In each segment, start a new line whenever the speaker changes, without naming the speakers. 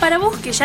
Para vos que ya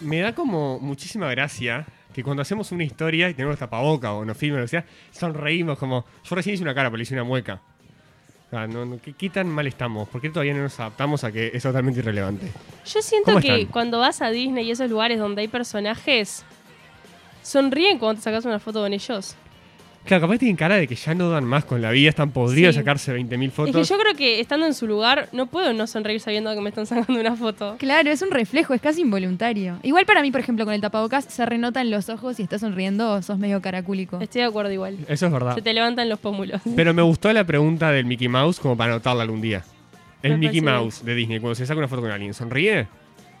me da como muchísima gracia que cuando hacemos una historia y tenemos tapaboca o nos filmen, o sea, sonreímos como. Yo recién hice una cara, pero le hice una mueca. O sea, no, no- ¿qué, qué tan mal estamos? ¿Por qué todavía no nos adaptamos a que es totalmente irrelevante?
Yo siento
¿Cómo
que
están?
cuando vas a Disney y esos lugares donde hay personajes, sonríen cuando te sacas una foto con ellos.
Claro, capaz tienen cara de que ya no dan más con la vida, están podridos
Sí.
de sacarse 20.000 fotos.
Es que yo creo que estando en su lugar, no puedo no sonreír sabiendo que me están sacando una foto.
Claro, es un reflejo, es casi involuntario. Igual para mí, por ejemplo, con el tapabocas se renotan los ojos y estás sonriendo, sos medio caracúlico.
Estoy de acuerdo igual.
Eso es verdad.
Se te levantan los pómulos.
Pero me gustó la pregunta del Mickey Mouse como para anotarla algún día.
Me
El Mickey
parece
Mouse de Disney, cuando se saca una foto con alguien, ¿sonríe?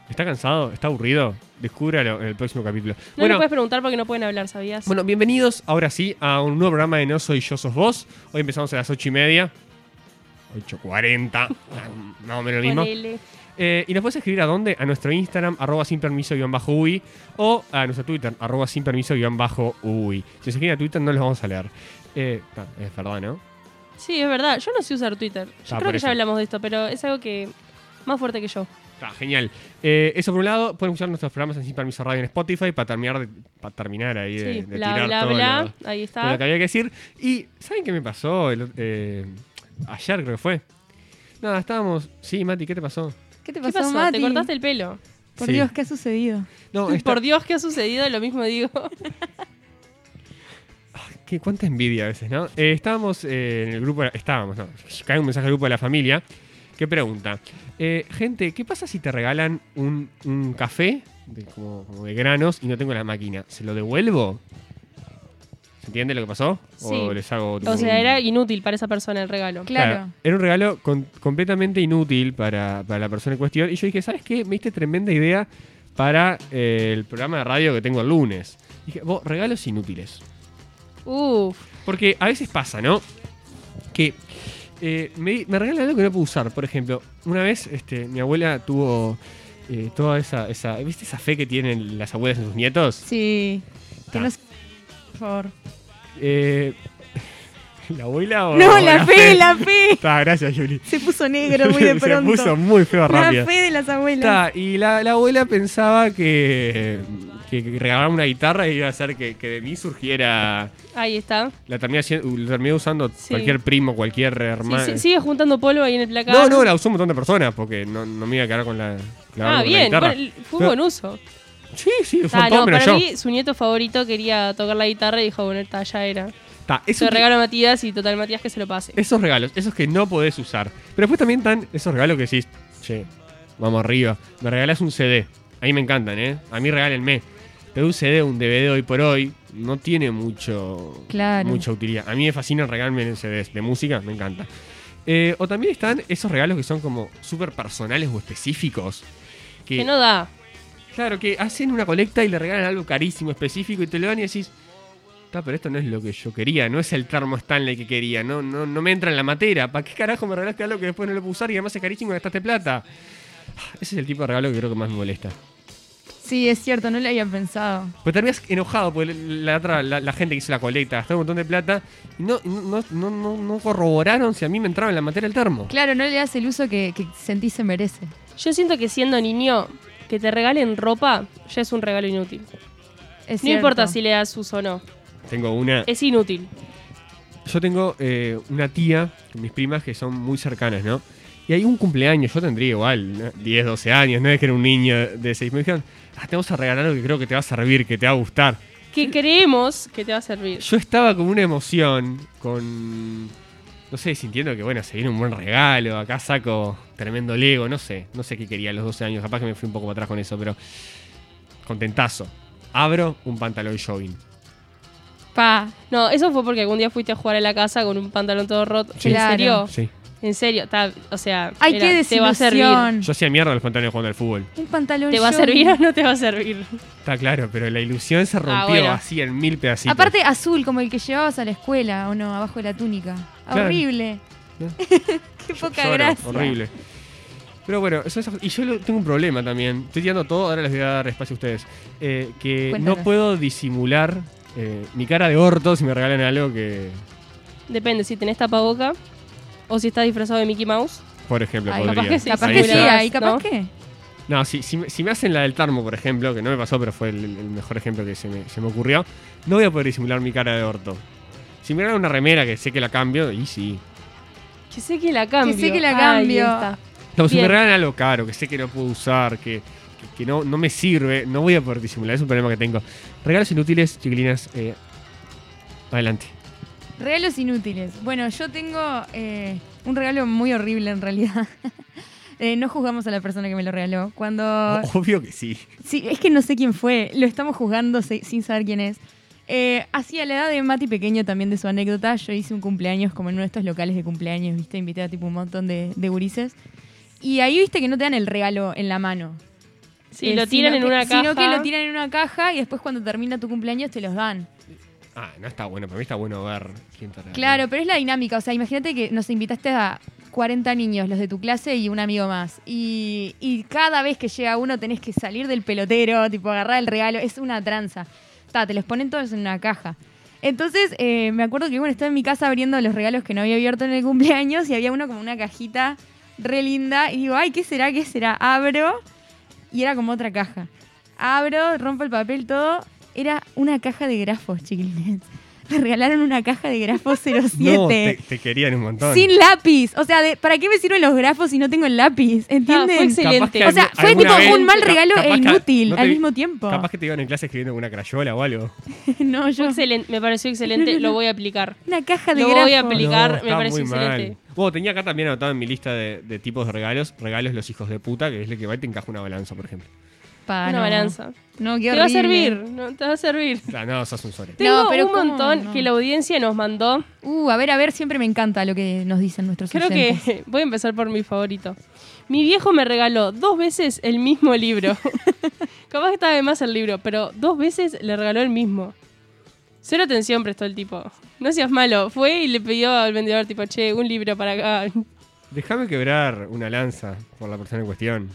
¿Está cansado? ¿Está aburrido? Descúbralo en el próximo capítulo.
No le puedes preguntar porque no pueden hablar, ¿sabías?
Bueno, bienvenidos ahora sí a un nuevo programa de No Soy Yo Sos Vos. Hoy empezamos a las 8 y media. 8.40, más o menos lo mismo.
Ponele.
Eh, y nos puedes escribir a dónde? A nuestro Instagram, arroba sin permiso guión bajo UI, o a nuestro Twitter, arroba sin permiso guión bajo UI. Si se escriben a Twitter no los vamos a leer. Eh, ta, es verdad, ¿no?
Sí, es verdad. Yo no sé usar Twitter. Yo
Ah,
creo
por
que
eso.
ya hablamos de esto, pero es algo que... Más fuerte que yo.
Está, genial. Eh, eso por un lado, pueden escuchar nuestros programas en Sin Permiso Radio en Spotify para terminar, de- para terminar ahí de,
Sí,
de
bla,
tirar
bla,
todo
bla.
lo-
Ahí
todo
está.
lo que había que decir. Y, ¿saben qué me pasó? el ot- eh, ayer creo que fue. Nada, estábamos. Sí, Mati, ¿qué te pasó?
¿Qué te
¿Qué
pasó,
pasó?
Mati?
¿Te cortaste el pelo?
Por
Sí.
Dios, ¿qué ha sucedido?
No, esta-
Por Dios, ¿qué ha sucedido? Lo mismo digo.
Qué, cuánta envidia a veces, ¿no? Eh, estábamos eh, en el grupo, de la- estábamos, ¿no? Cae un mensaje al grupo de la familia que pregunta, eh, gente, ¿qué pasa si te regalan un, un café de, como, como de granos y no tengo la máquina? ¿Se lo devuelvo? ¿Se entiende lo que pasó?
Sí.
¿O les hago tipo
O sea,
un-
era inútil para esa persona el regalo.
Claro.
Era un regalo con- completamente inútil para, para la persona en cuestión. Y yo dije, ¿sabes qué? Me diste tremenda idea para eh, el programa de radio que tengo el lunes. Dije, vos, regalos inútiles.
Uf.
Porque a veces pasa, ¿no? Que eh, me, me regalan algo que no puedo usar. Por ejemplo, una vez este, mi abuela tuvo eh, toda esa, esa. ¿Viste esa fe que tienen las abuelas en sus nietos?
Sí. Que
Ta.
no se- Por favor.
Eh, ¿La abuela o.?
No,
o
la fe, la fe.
Está, gracias, Juli.
Se puso negro muy de pronto.
Se puso muy feo
la
rápido.
fe de las abuelas.
Ta, y la, la abuela pensaba que, que regalaba una guitarra y iba a hacer que, que de mí surgiera.
Ahí está.
La terminé, haciendo- la terminé usando
Sí.
cualquier primo, cualquier
Sí,
hermano.
sí, sigue juntando polvo ahí en el placar.
No, no, la usó un montón de personas porque no, no me iba a quedar con la, la-
Ah,
con la
bien.
guitarra.
bueno, fue un buen uso.
Sí, sí, fue
Ah,
un todo
no,
menos
para
yo.
mí, su nieto favorito quería tocar la guitarra y dijo, bueno, esta ya era.
Ta,
Se lo
esos,
regalo a Matías y total Matías que se lo pase.
esos regalos, esos que no podés usar. Pero después también están esos regalos que decís, che, vamos arriba, me regalás un CD. A mí me encantan, ¿eh? A mí regálenme. Pero un CD, un DVD hoy por hoy, no tiene mucho,
Claro.
mucha utilidad. A mí me fascina regalarme CDs de música, me encanta. Eh, o también están esos regalos que son como súper personales o específicos. Que,
Que no da.
Claro, que hacen una colecta y le regalan algo carísimo, específico, y te lo dan y decís, "Ta, pero esto no es lo que yo quería, no es el termo Stanley que quería, no, no, no me entra en la materia. ¿Para qué carajo me regalaste algo que después no lo puedo usar y además es carísimo y gastaste plata? Ah, Ese es el tipo de regalo que creo que más me molesta.
Sí, es cierto, no lo había pensado.
Pero terminas enojado por la, otra- la, la gente que hizo la colecta, gastó un montón de plata y no, no, no, no, no corroboraron si a mí me entraba en la materia el termo.
Claro, no le das el uso que, que sentís se merece.
Yo siento que siendo niño, que te regalen ropa ya es un regalo inútil.
Es
No
cierto.
importa si le das uso o no.
Tengo una
Es inútil.
Yo tengo eh, una tía, mis primas que son muy cercanas, ¿no? Y hay un cumpleaños, yo tendría igual, ¿no? 10, 12 años, no es que era un niño de 6. Me dijeron, ah, te vamos a regalar algo que creo que te va a servir, que te va a gustar.
Que creemos que te va a servir.
Yo estaba con una emoción, con. No sé, sintiendo que, bueno, se viene un buen regalo, acá saco tremendo Lego, no sé, no sé qué quería a los 12 años, capaz que me fui un poco para atrás con eso, pero. Contentazo. Abro un pantalón jogging.
Pa.
No, eso fue porque algún día fuiste a jugar a la casa con un pantalón todo roto.
Sí.
¿En serio?
Sí.
En serio, ta- o sea,
Hay
era,
que
te va a servir.
desilusión.
Yo hacía mierda los pantalones jugando al fútbol.
Un pantalón
¿Te va a
short.
servir o no te va a servir?
Está claro, pero la ilusión se rompió
bueno.
así en mil pedacitos.
Ah, Aparte azul, como el que llevabas a la escuela, o no, abajo de la túnica.
Claro.
Horrible. Qué
Yo-
poca
lloro,
gracia.
Horrible. Pero bueno, son esas- y yo lo- tengo un problema también. Estoy tirando todo, ahora les voy a dar espacio a ustedes. Eh, que
Cuéntanos.
no puedo disimular eh, mi cara de orto si me regalan algo que,
Depende si tenés tapaboca o si estás disfrazado de Mickey Mouse.
por ejemplo,
Ay,
podría.
capaz que sí.
Capaz
Ahí
que
sí.
sí,
Disimulás,
ahí capaz
¿no?
que.
No, si, si, me- si me hacen la del tarmo, por ejemplo, que no me pasó, pero fue el, el mejor ejemplo que se me, se me ocurrió, no voy a poder disimular mi cara de orto. Si me regalan una remera que sé que la cambio, y sí.
Que sé que la cambio.
Que sé que la
Ahí
cambio.
está.
No, si me
Bien.
regalan algo caro, que sé que no puedo usar, que, que- que no, no me sirve, no voy a poder disimular. Es un problema que tengo. Regalos inútiles, chiquilinas. eh, adelante.
Regalos inútiles. Bueno, yo tengo eh, un regalo muy horrible en realidad. Eh, no juzgamos a la persona que me lo regaló. Cuando.
Obvio que sí.
Sí, es que no sé quién fue. Lo estamos juzgando se- sin saber quién es. Eh, así, a la edad de Mati Pequeño, también de su anécdota, yo hice un cumpleaños como en uno de estos locales de cumpleaños, ¿viste? Invité a tipo un montón de, de gurises. Y ahí viste que no te dan el regalo en la mano.
Si
Eh,
lo tiran
sino
en
que-
una caja.
Sino que lo tiran en una caja y después cuando termina tu cumpleaños te los dan.
Ah, no está bueno. Para mí está bueno ver quién te regaló.
Claro, pero es la dinámica. O sea, imagínate que nos invitaste a 40 niños, los de tu clase y un amigo más. Y, y cada vez que llega uno tenés que salir del pelotero, tipo agarrar el regalo. Es una tranza. Ta, te los ponen todos en una caja. Entonces, eh, me acuerdo que bueno, estaba en mi casa abriendo los regalos que no había abierto en el cumpleaños y había uno como una cajita re linda. Y digo, ay, ¿qué será? ¿Qué será? Abro y era como otra caja. Abro, rompo el papel, todo. Era una caja de grafos, chiquilines. Me regalaron una caja de grafos 07.
No, te, te querían un montón.
Sin lápiz. O sea, de- ¿para qué me sirven los grafos si no tengo el lápiz?
Ah, fue
¿Entienden?
excelente.
o sea,
algu-
fue
alguna
tipo
vez-
un mal
ca-
regalo
capaz
e
que
inútil
no te
al
vi-
mismo tiempo.
Capaz que te iban en clase escribiendo con una crayola o algo.
no,
Fue
yo.
excelente, me pareció excelente,
No, no, no.
lo voy a aplicar.
Una caja de
Lo voy
grafos.
a aplicar. Explicar, me
está
parece
muy mal.
excelente.
Bueno, tenía acá también anotado en mi lista de, de tipos de regalos. Regalos los hijos de puta, que es el que va y te encaja una balanza, por ejemplo.
Pa,
una
Ah, no.
balanza.
No, qué
Te va a
horrible.
servir, no, te va a servir.
Ah, no, sos un sorete.
No,
Tengo
pero
un
¿cómo?
montón
No.
que la audiencia nos mandó.
Uh, a ver, a ver, siempre me encanta lo que nos dicen nuestros
Creo
oyentes.
que voy a empezar por mi favorito. Mi viejo me regaló dos veces el mismo libro. Capaz que estaba de más el libro, pero dos veces le regaló el mismo. Cero atención prestó el tipo. No seas malo. Fue y le pidió al vendedor, tipo, che, un libro para acá.
Déjame quebrar una lanza por la persona en cuestión.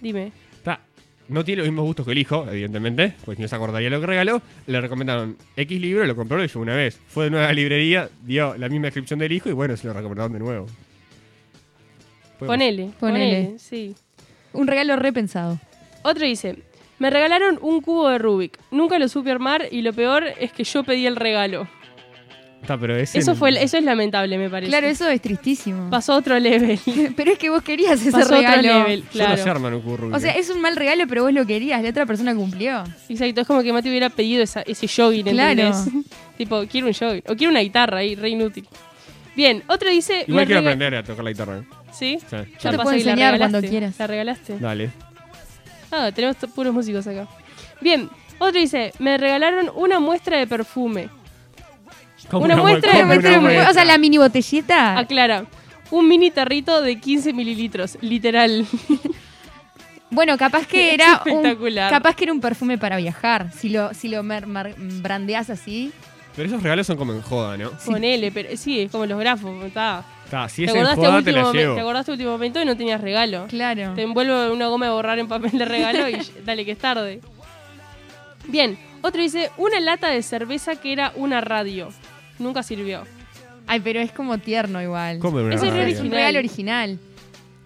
Dime.
Está, no tiene los mismos gustos que el hijo, evidentemente, pues no se acordaría lo que regaló. Le recomendaron X libro, lo compró, lo llevó una vez. Fue de nuevo a la librería, dio la misma descripción del hijo y bueno, se lo recomendaron de nuevo. Fue-
Ponele,
Ponele.
ponele. Sí.
Un regalo repensado.
Otro dice, me regalaron un cubo de Rubik. Nunca lo supe armar y lo peor es que yo pedí el regalo.
Está, pero ese
Eso, fue, eso es lamentable, me parece.
Claro, eso es tristísimo.
Pasó a otro level.
Pero es que vos querías ese
Pasó a otro
regalo.
level,
Yo no sé
claro.
armar un cubo Rubik.
O sea, es un mal regalo, pero vos lo querías. La otra persona cumplió.
Exacto, es como que Mati hubiera pedido esa- ese jogging, ¿entendés?
Claro.
tipo, quiero un jogging. O quiero una guitarra ahí, re inútil. Bien, otro dice...
Igual
me
quiero
rega-
aprender a tocar la guitarra. ¿eh?
¿Sí?
O sea,
Yo te
Ya
puedo
pasa que la
enseñar cuando
regalaste.
quieras.
La regalaste.
Dale.
Ah, tenemos t- puros músicos acá. Bien, otro dice, me regalaron una muestra de perfume.
Como
Una
mue-
muestra de-
como
muestra
una
de-
muestra.
O sea, la mini botellita.
Aclara, un mini tarrito de 15 mililitros, literal.
Bueno, capaz que era un,
Espectacular.
capaz que era un perfume para viajar. Si lo, si lo mer- mar- brandeás así.
Pero esos regalos son como en joda, ¿no?
Ponele, pero sí, es como los grafos. Está.
Está, si
Te
es en
acordaste,
joda, te
último
la
momen-
llevo.
te acordaste último momento y no tenías regalo.
Claro.
Te envuelvo en una goma de borrar en papel de regalo y dale que es tarde. Bien, otro dice, una lata de cerveza que era una radio. Nunca sirvió.
Ay, pero es como tierno igual.
¿Cómo en una
Ese es re
radio?
Es un
original.
regalo original.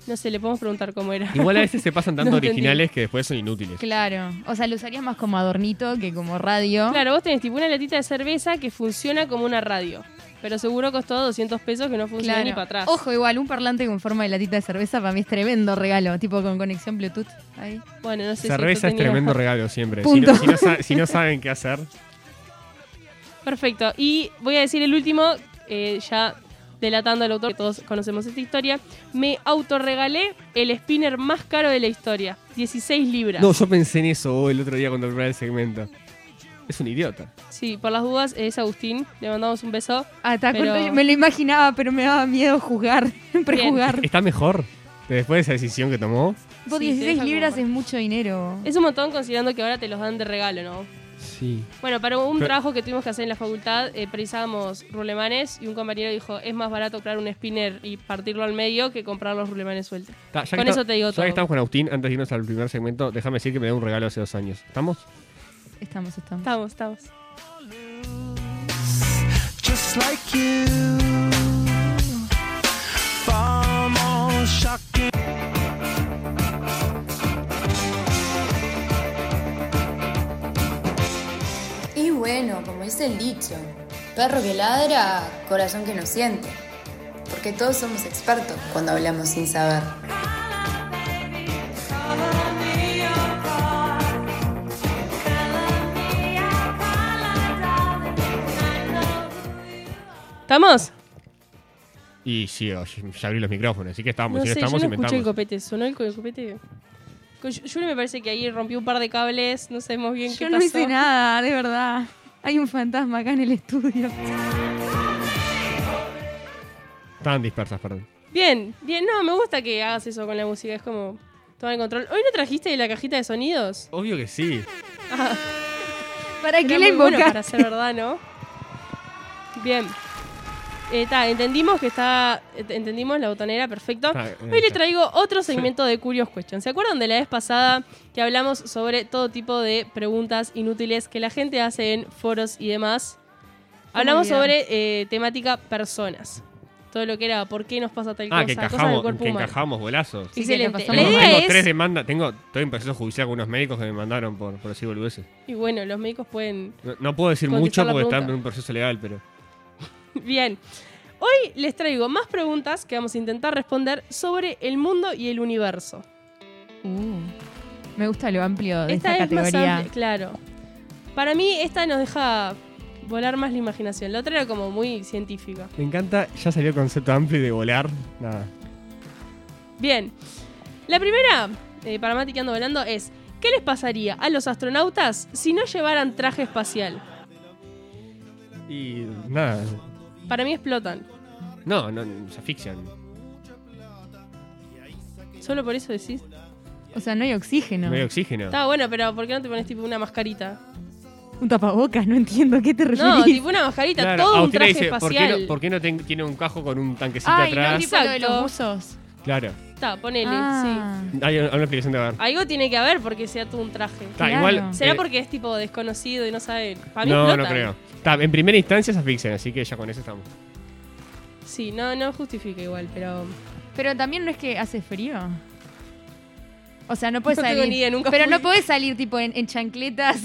No sé, le podemos preguntar cómo era.
Igual a veces se pasan tanto
No entendí.
originales que después son inútiles.
Claro. O sea, lo usarías más como adornito que como radio.
Claro, vos tenés tipo una latita de cerveza que funciona como una radio. Pero seguro costó 200 pesos que no funciona
Claro.
ni para atrás.
Ojo, igual, un parlante con forma de latita de cerveza para mí es tremendo regalo. Tipo con conexión Bluetooth. Ahí.
Bueno, no sé si esto
Cerveza es
tenía-
tremendo regalo siempre. Si
Punto.
no, si no sa- si no saben qué hacer,
Perfecto. Y voy a decir el último, eh, ya delatando al autor, que todos conocemos esta historia. Me autorregalé el spinner más caro de la historia. 16 libras.
No, yo pensé en eso vos, el otro día cuando preparé el segmento. Es un idiota.
Sí, por las dudas es Agustín. Le mandamos un beso.
Hasta
Pero-
cuando yo- Ah, me lo imaginaba, pero me daba miedo juzgar, prejuzgar.
Está mejor de después de esa decisión que tomó.
Vos
Sí, te
16
deja
libras
como-
es mucho dinero.
Es un montón considerando que ahora te los dan de regalo, ¿no?
Sí.
Bueno, para un
Pero-
trabajo que tuvimos que hacer en la facultad, eh, precisábamos rulemanes y un compañero dijo, es más barato crear un spinner y partirlo al medio que comprar los rulemanes sueltos.
Ta, ya que
Con
esta-
eso te digo
ya
todo.
que estamos con Agustín, antes de irnos al primer segmento, déjame decir que me dio un regalo hace dos años. ¿Estamos?
Estamos, estamos.
Estamos, estamos.
just like you. Far more shocking.
Y bueno, como dice el dicho, perro que ladra, corazón que no siente. Porque todos somos expertos cuando hablamos sin saber.
¿Estamos?
Y sí, oye, ya abrí los micrófonos, así que estamos.
no
si
sé,
no estamos,
yo no escuché el
inventamos.
copete. ¿Sonó el, co- el copete? Co- Yu- Yuri me parece que ahí rompió un par de cables, no sabemos bien qué
Yo
pasó.
no hice nada, de verdad. Hay un fantasma acá en el estudio.
Estaban dispersas, perdón.
Bien, bien, no, me gusta que hagas eso con la música, es como tomar el control. ¿Hoy no trajiste la cajita de sonidos?
Obvio que sí.
¿Para
Era
qué la
muy bueno
invocaste?
para ser verdad, ¿no? Bien. Eh, ta, entendimos que está. ent- Entendimos la botonera, perfecto.
Ta, eh,
Hoy le
ta.
traigo otro segmento de Curious Question. ¿Se acuerdan de la vez pasada que hablamos sobre todo tipo de preguntas inútiles que la gente hace en foros y demás? Hablamos
olvidar?
sobre eh, temática personas. Todo lo que era por qué nos pasa tal
Ah,
cosa,
que
cosas del
encajamos,
cuerpo
que
humano.
encajamos bolazos.
Sí,
Excelente.
que la
La
pasamos
Tengo,
mal.
idea
tengo
es.
tres demandas, tengo, estoy en proceso judicial con unos médicos que me mandaron por, por decir boludeces.
Y bueno, los médicos pueden
No, no puedo decir
Contestar
mucho
la
porque están
pregunta.
en un proceso legal, pero.
Bien. Hoy les traigo más preguntas que vamos a intentar responder sobre el mundo y el universo.
Uh, me gusta lo amplio de esta,
es más
categoría.
amplia, claro. Para mí esta nos deja volar más la imaginación. La otra era como muy científica.
Me encanta, ya salió el concepto amplio de volar. Nada.
Bien. La primera, eh, para Mati que ando volando, es ¿qué les pasaría a los astronautas si no llevaran traje espacial?
Y nada.
Para mí explotan.
No, no, se asfixian.
Solo por eso decís.
O sea, no hay oxígeno.
No hay oxígeno.
Está bueno, pero ¿por qué no te pones tipo una mascarita?
Un tapabocas, no entiendo a qué te referís.
No, tipo una mascarita,
Claro,
todo un
Agustina
traje
dice, ¿por qué
espacial.
no, por qué no ten- tiene un cajo con un tanquecito
Ay, no,
atrás?
tipo lo de los
Exacto.
buzos.
Claro.
Está, ponele, sí.
Ah,
Hay una, hay una explicación de ver.
Algo tiene que haber porque sea tú un traje.
Está,
Claro.
igual,
¿Será
eh,
porque es tipo desconocido y no saben? Para mí
No, no
explotan.
creo. Está, en primera instancia se asfixian, así que ya con eso estamos.
Sí, no, no justifica igual, pero.
Pero también no es que hace frío. O sea, no puedes
No tengo
salir.
ni idea, nunca
pero
fui.
no puedes salir tipo en, en chancletas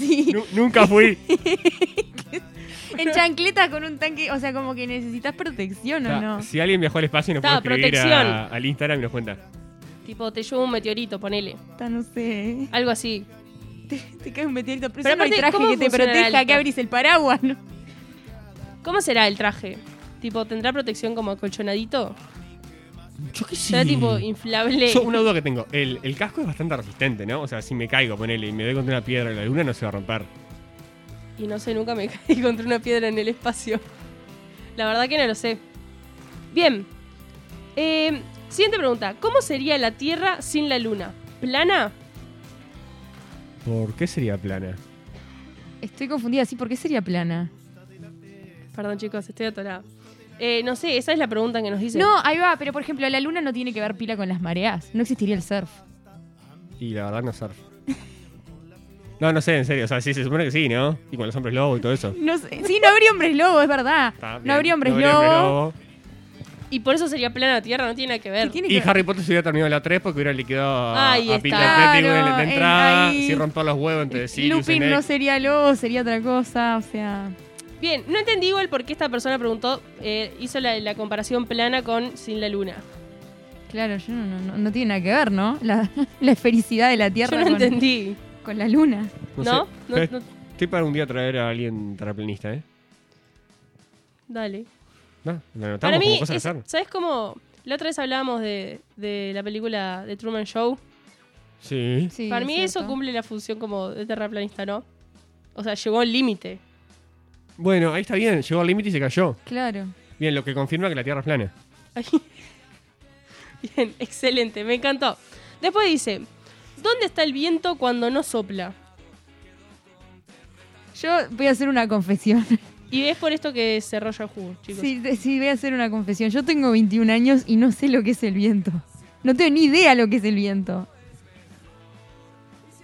y.
Nu- nunca fui.
en chancletas con un tanque. O sea, como que necesitas protección
Está,
o no.
Si alguien viajó al espacio y nos
Está,
puede escribir
protección.
a- al Instagram y nos cuenta.
Tipo, te llevo un meteorito, ponele.
Está, no sé.
Algo así.
Te, te cae un meteorito. Pero,
Pero
eso no hay
aparte,
traje
¿cómo
que te
funciona el
proteja,
alto?
que abrís el paraguas. ¿no?
¿Cómo será el traje? Tipo, ¿tendrá protección como acolchonadito?
Yo qué sé.
¿Será tipo inflable?
Yo, una duda que tengo. El, el casco es bastante resistente, ¿no? O sea, si me caigo, ponele, y me doy contra una piedra en la luna, no se va a romper.
Y no sé, nunca me caí contra una piedra en el espacio. La verdad que no lo sé. Bien. Eh, siguiente pregunta. ¿Cómo sería la Tierra sin la Luna? ¿Plana?
¿Por qué sería plana?
Estoy confundida, sí, ¿por qué sería plana?
Perdón, chicos, estoy atorada. Eh, no sé, esa es la pregunta que nos dicen.
No, ahí va, pero por ejemplo, la luna no tiene que ver pila con las mareas. No existiría el surf.
Y la verdad no surf. No, no sé, en serio. O sea, sí, se supone que sí, ¿no? Y con los hombres lobo y todo eso.
No sé. Sí, no habría hombres lobo, es verdad.
Está bien.
no habría hombres
No habría
lobo.
Y por eso sería plana la Tierra, no tiene nada que ver.
¿Qué tiene
Y
que ver?
Harry Potter se hubiera terminado la 3 porque hubiera liquidado a-
Ahí
a
está.
Peter Pettigrew en la
Claro,
de entrada.
en- ahí. Eh,
sin romper los huevos entre sí. eh.
Lupin no sería lobo, sería otra cosa, o sea.
Bien, no entendí igual por qué esta persona preguntó, eh, hizo la, la comparación plana con sin la luna.
Claro, yo no, no- no- no tiene nada que ver, ¿no? La, la esfericidad de la
Yo
Tierra
no
con-
entendí.
con, la Luna.
¿No?
sé. Eh,
No, no-
Estoy para un día traer a alguien terraplanista, ¿eh?
Dale.
No, lo anotamos
Para mí,
como cosa que
es-
hacer.
¿sabes cómo? La otra vez hablábamos de, de la película de Truman Show.
Sí.
Sí,
Para mí eso
cierto.
cumple la función como de terraplanista, ¿no? O sea, llegó al límite.
Bueno, ahí está bien, llegó al límite y se cayó.
Claro.
Bien, lo que confirma que la Tierra es plana.
Ay. Bien, excelente, me encantó. Después dice, ¿dónde está el viento cuando no sopla?
Yo voy a hacer una confesión.
Y es por esto que se rolla el jugo, chicos.
Sí, de- sí, voy a hacer una confesión. Yo tengo 21 años y no sé lo que es el viento. No tengo ni idea lo que es el viento.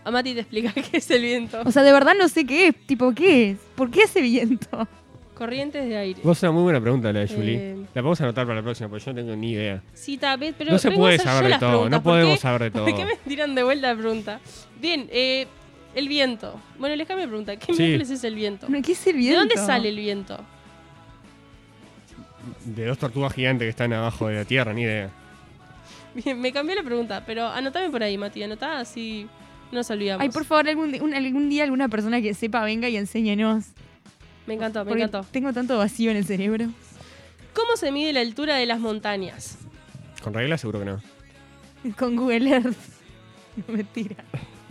A Mati te explica qué es el viento.
O sea, de verdad no sé qué es. Tipo, ¿qué es? ¿Por qué hace viento?
Corrientes de aire.
Vos una muy buena pregunta la de Julie.
Eh.
La podemos anotar para la próxima, porque yo no tengo ni idea.
Cita, ¿ves? pero
No se
vengo a
puede
hacer
saber
yo
de
las
todo,
preguntas.
no
¿Por
podemos
qué-
saber de todo.
¿Por qué me tiran de vuelta la pregunta? Bien, eh, el viento. Bueno, les cambio de pregunta. ¿Qué
Sí.
miércoles es el viento?
No, ¿Qué es el
¿De
viento?
dónde sale el viento?
De dos tortugas gigantes que están abajo de la Tierra, ni idea.
Bien, me cambié la pregunta, pero anotame por ahí, Mati, anotá así no nos olvidamos.
Ay, por favor, algún, di- un- algún día alguna persona que sepa venga y enséñenos.
Me encantó, me
Porque
encantó.
Tengo tanto vacío en el cerebro.
¿Cómo se mide la altura de las montañas?
Con reglas seguro que no.
Con Google Earth. No, mentira.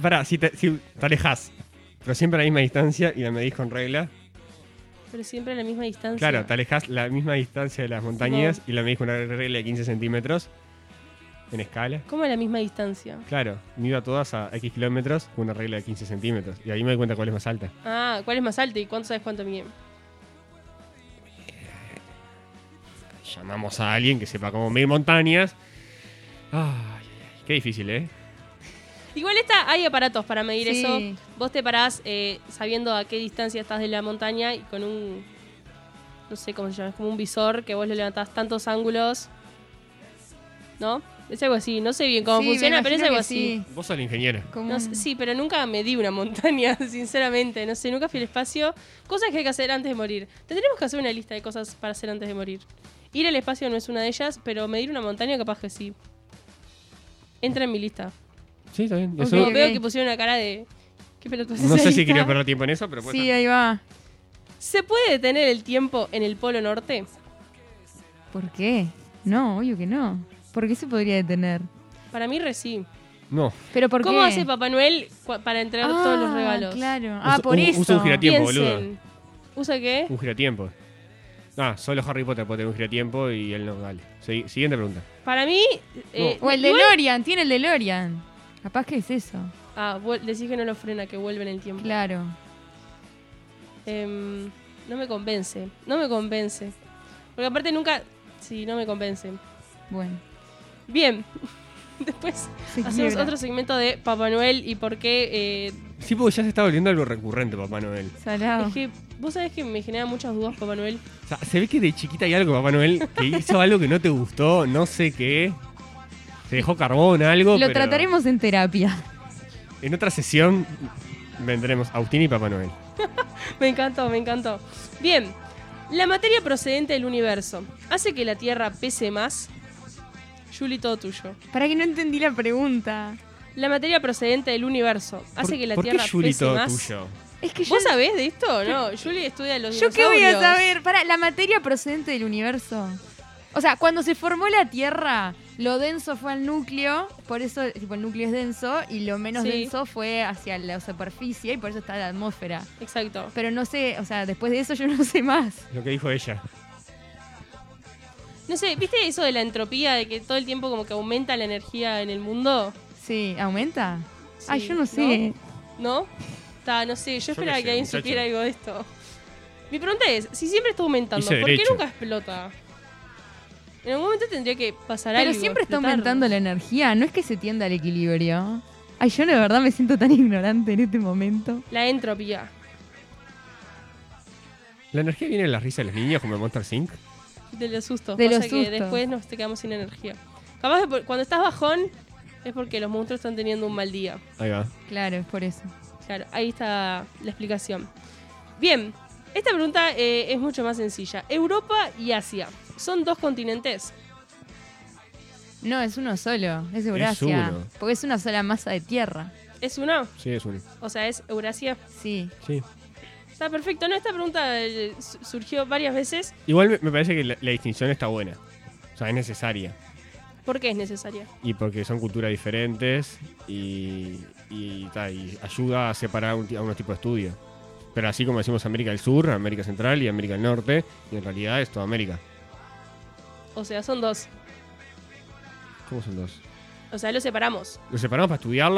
Pará, si te, si te alejás, pero siempre a la misma distancia y la medís con reglas.
Pero siempre a la misma distancia.
Claro, te alejás la misma distancia de las montañas y la medís con una regla de 15 centímetros en escala.
¿Cómo a la misma distancia?
Claro, mido a todas a X kilómetros con una regla de 15 centímetros. Y ahí me doy cuenta cuál es más alta.
Ah, ¿cuál es más alta y cuánto sabes cuánto mide?
Llamamos a alguien que sepa cómo medir montañas. Ay, ay, ay, qué difícil, ¿eh?
Igual está, hay aparatos para medir
Sí.
eso. Vos te parás eh, sabiendo a qué distancia estás de la montaña y con un. No sé cómo se llama, es como un visor que vos le levantás tantos ángulos. ¿No? Es algo así. No sé bien cómo
Sí, me
funciona, pero es algo
imagino que
así.
sí.
Vos sos la ingeniera.
Como
No
un-
sé- sí, pero nunca medí una montaña, sinceramente. No sé, nunca fui al espacio. Cosas que hay que hacer antes de morir. Tendremos que hacer una lista de cosas para hacer antes de morir. Ir al espacio no es una de ellas, pero medir una montaña capaz que sí. Entra en mi lista.
Sí, está bien.
Ok,
Eso-
No, veo que pusieron una cara de. ¿Qué pelotudo es
No
esa
sé si
lista?
quería perder tiempo en eso, pero puede
Sí,
ser.
ahí va.
¿Se puede detener el tiempo en el Polo Norte?
¿Por qué? No, obvio que no. ¿Por qué se podría detener?
Para mí, re sí.
No.
¿Pero por
¿Cómo
qué?
hace Papá Noel cua- para entregar
Ah,
todos los regalos?
Claro. Ah,
Usa-
por
u-
eso.
usa un giratiempo. Tiempo, Uh.
Piensen. ¿Usa qué?
Un giratiempo. Ah, solo Harry Potter puede tener un giratiempo y él no. Dale. Segui- siguiente pregunta.
Para mí. eh,
O el
igual-
DeLorean, tiene el DeLorean. Capaz que es eso.
Ah, vuel- decís que no lo frena, que vuelve en el tiempo.
Claro.
Em, no me convence. No me convence. Porque aparte nunca. Sí, no me convence.
Bueno.
Bien. Después
Se
hacemos
quiebra.
otro segmento de Papá Noel y por qué eh,
Sí, porque ya se está volviendo algo recurrente, Papá Noel.
Salado.
Es que vos sabés que me genera muchas dudas, Papá Noel.
O sea, se ve que de chiquita hay algo, Papá Noel, que hizo algo que no te gustó, no sé qué. Se dejó carbón, algo.
Lo
pero
trataremos en terapia.
En otra sesión vendremos Agustín y Papá Noel.
Me encantó, me encantó. Bien, la materia procedente del universo hace que la Tierra pese más. Julie, todo tuyo.
Para que no entendí la pregunta.
La materia procedente del universo hace
¿Por-
que la
¿Por
Tierra
qué Juli
pese
todo
más.
tuyo?
Es que yo.
¿Vos sabés de esto? No, Julie estudia los
¿Yo qué voy a
dinosaurios.
saber? Para, la materia procedente del universo. O sea, cuando se formó la Tierra, lo denso fue al núcleo, por eso tipo, el núcleo es denso, y lo menos
Sí.
denso fue hacia la superficie, y por eso está la atmósfera.
Exacto.
Pero no sé, o sea, después de eso yo no sé más.
Lo que dijo ella.
No sé, ¿viste eso de la entropía, de que todo el tiempo como que aumenta la energía en el mundo?
Sí, ¿aumenta? Ay,
Sí,
yo no sé.
¿No? Ta, no sé, yo,
Yo
esperaba
qué
que,
sé,
alguien
muchacho.
supiera algo de esto. Mi pregunta es, si siempre está aumentando,
Hice
¿por qué
derecho.
nunca explota? En algún momento tendría que pasar algo.
Pero siempre está
explotar.
aumentando la energía, no es que se tienda al equilibrio. Ay, yo de verdad me siento tan ignorante en este momento.
La entropía.
¿La energía viene de la risa de los niños como en Monster Sync?
Del susto.
De
Pasa
los
que
sustos.
después nos te quedamos sin energía. Capaz que por- cuando estás bajón es porque los monstruos están teniendo un mal día.
Ahí va.
Claro, es por eso.
Claro, ahí está la explicación. Bien, esta pregunta eh, es mucho más sencilla. Europa y Asia. ¿Son dos continentes?
No, es uno solo, es Eurasia.
Eurasia, uno.
Porque es una sola masa de tierra.
¿Es uno?
Sí, es uno.
O sea, es Eurasia.
Sí.
Sí.
Está perfecto, ¿no? Esta pregunta eh, su- surgió varias veces.
Igual me- me parece que la, la distinción está buena. O sea, es necesaria.
¿Por qué es necesaria?
Y porque son culturas diferentes y, y, ta, y ayuda a separar un ti- a unos tipos de estudio. Pero así como decimos América del Sur, América Central y América del Norte, y en realidad es toda América.
O sea, son dos.
¿Cómo son dos?
O sea, los separamos.
Los separamos para estudiarlo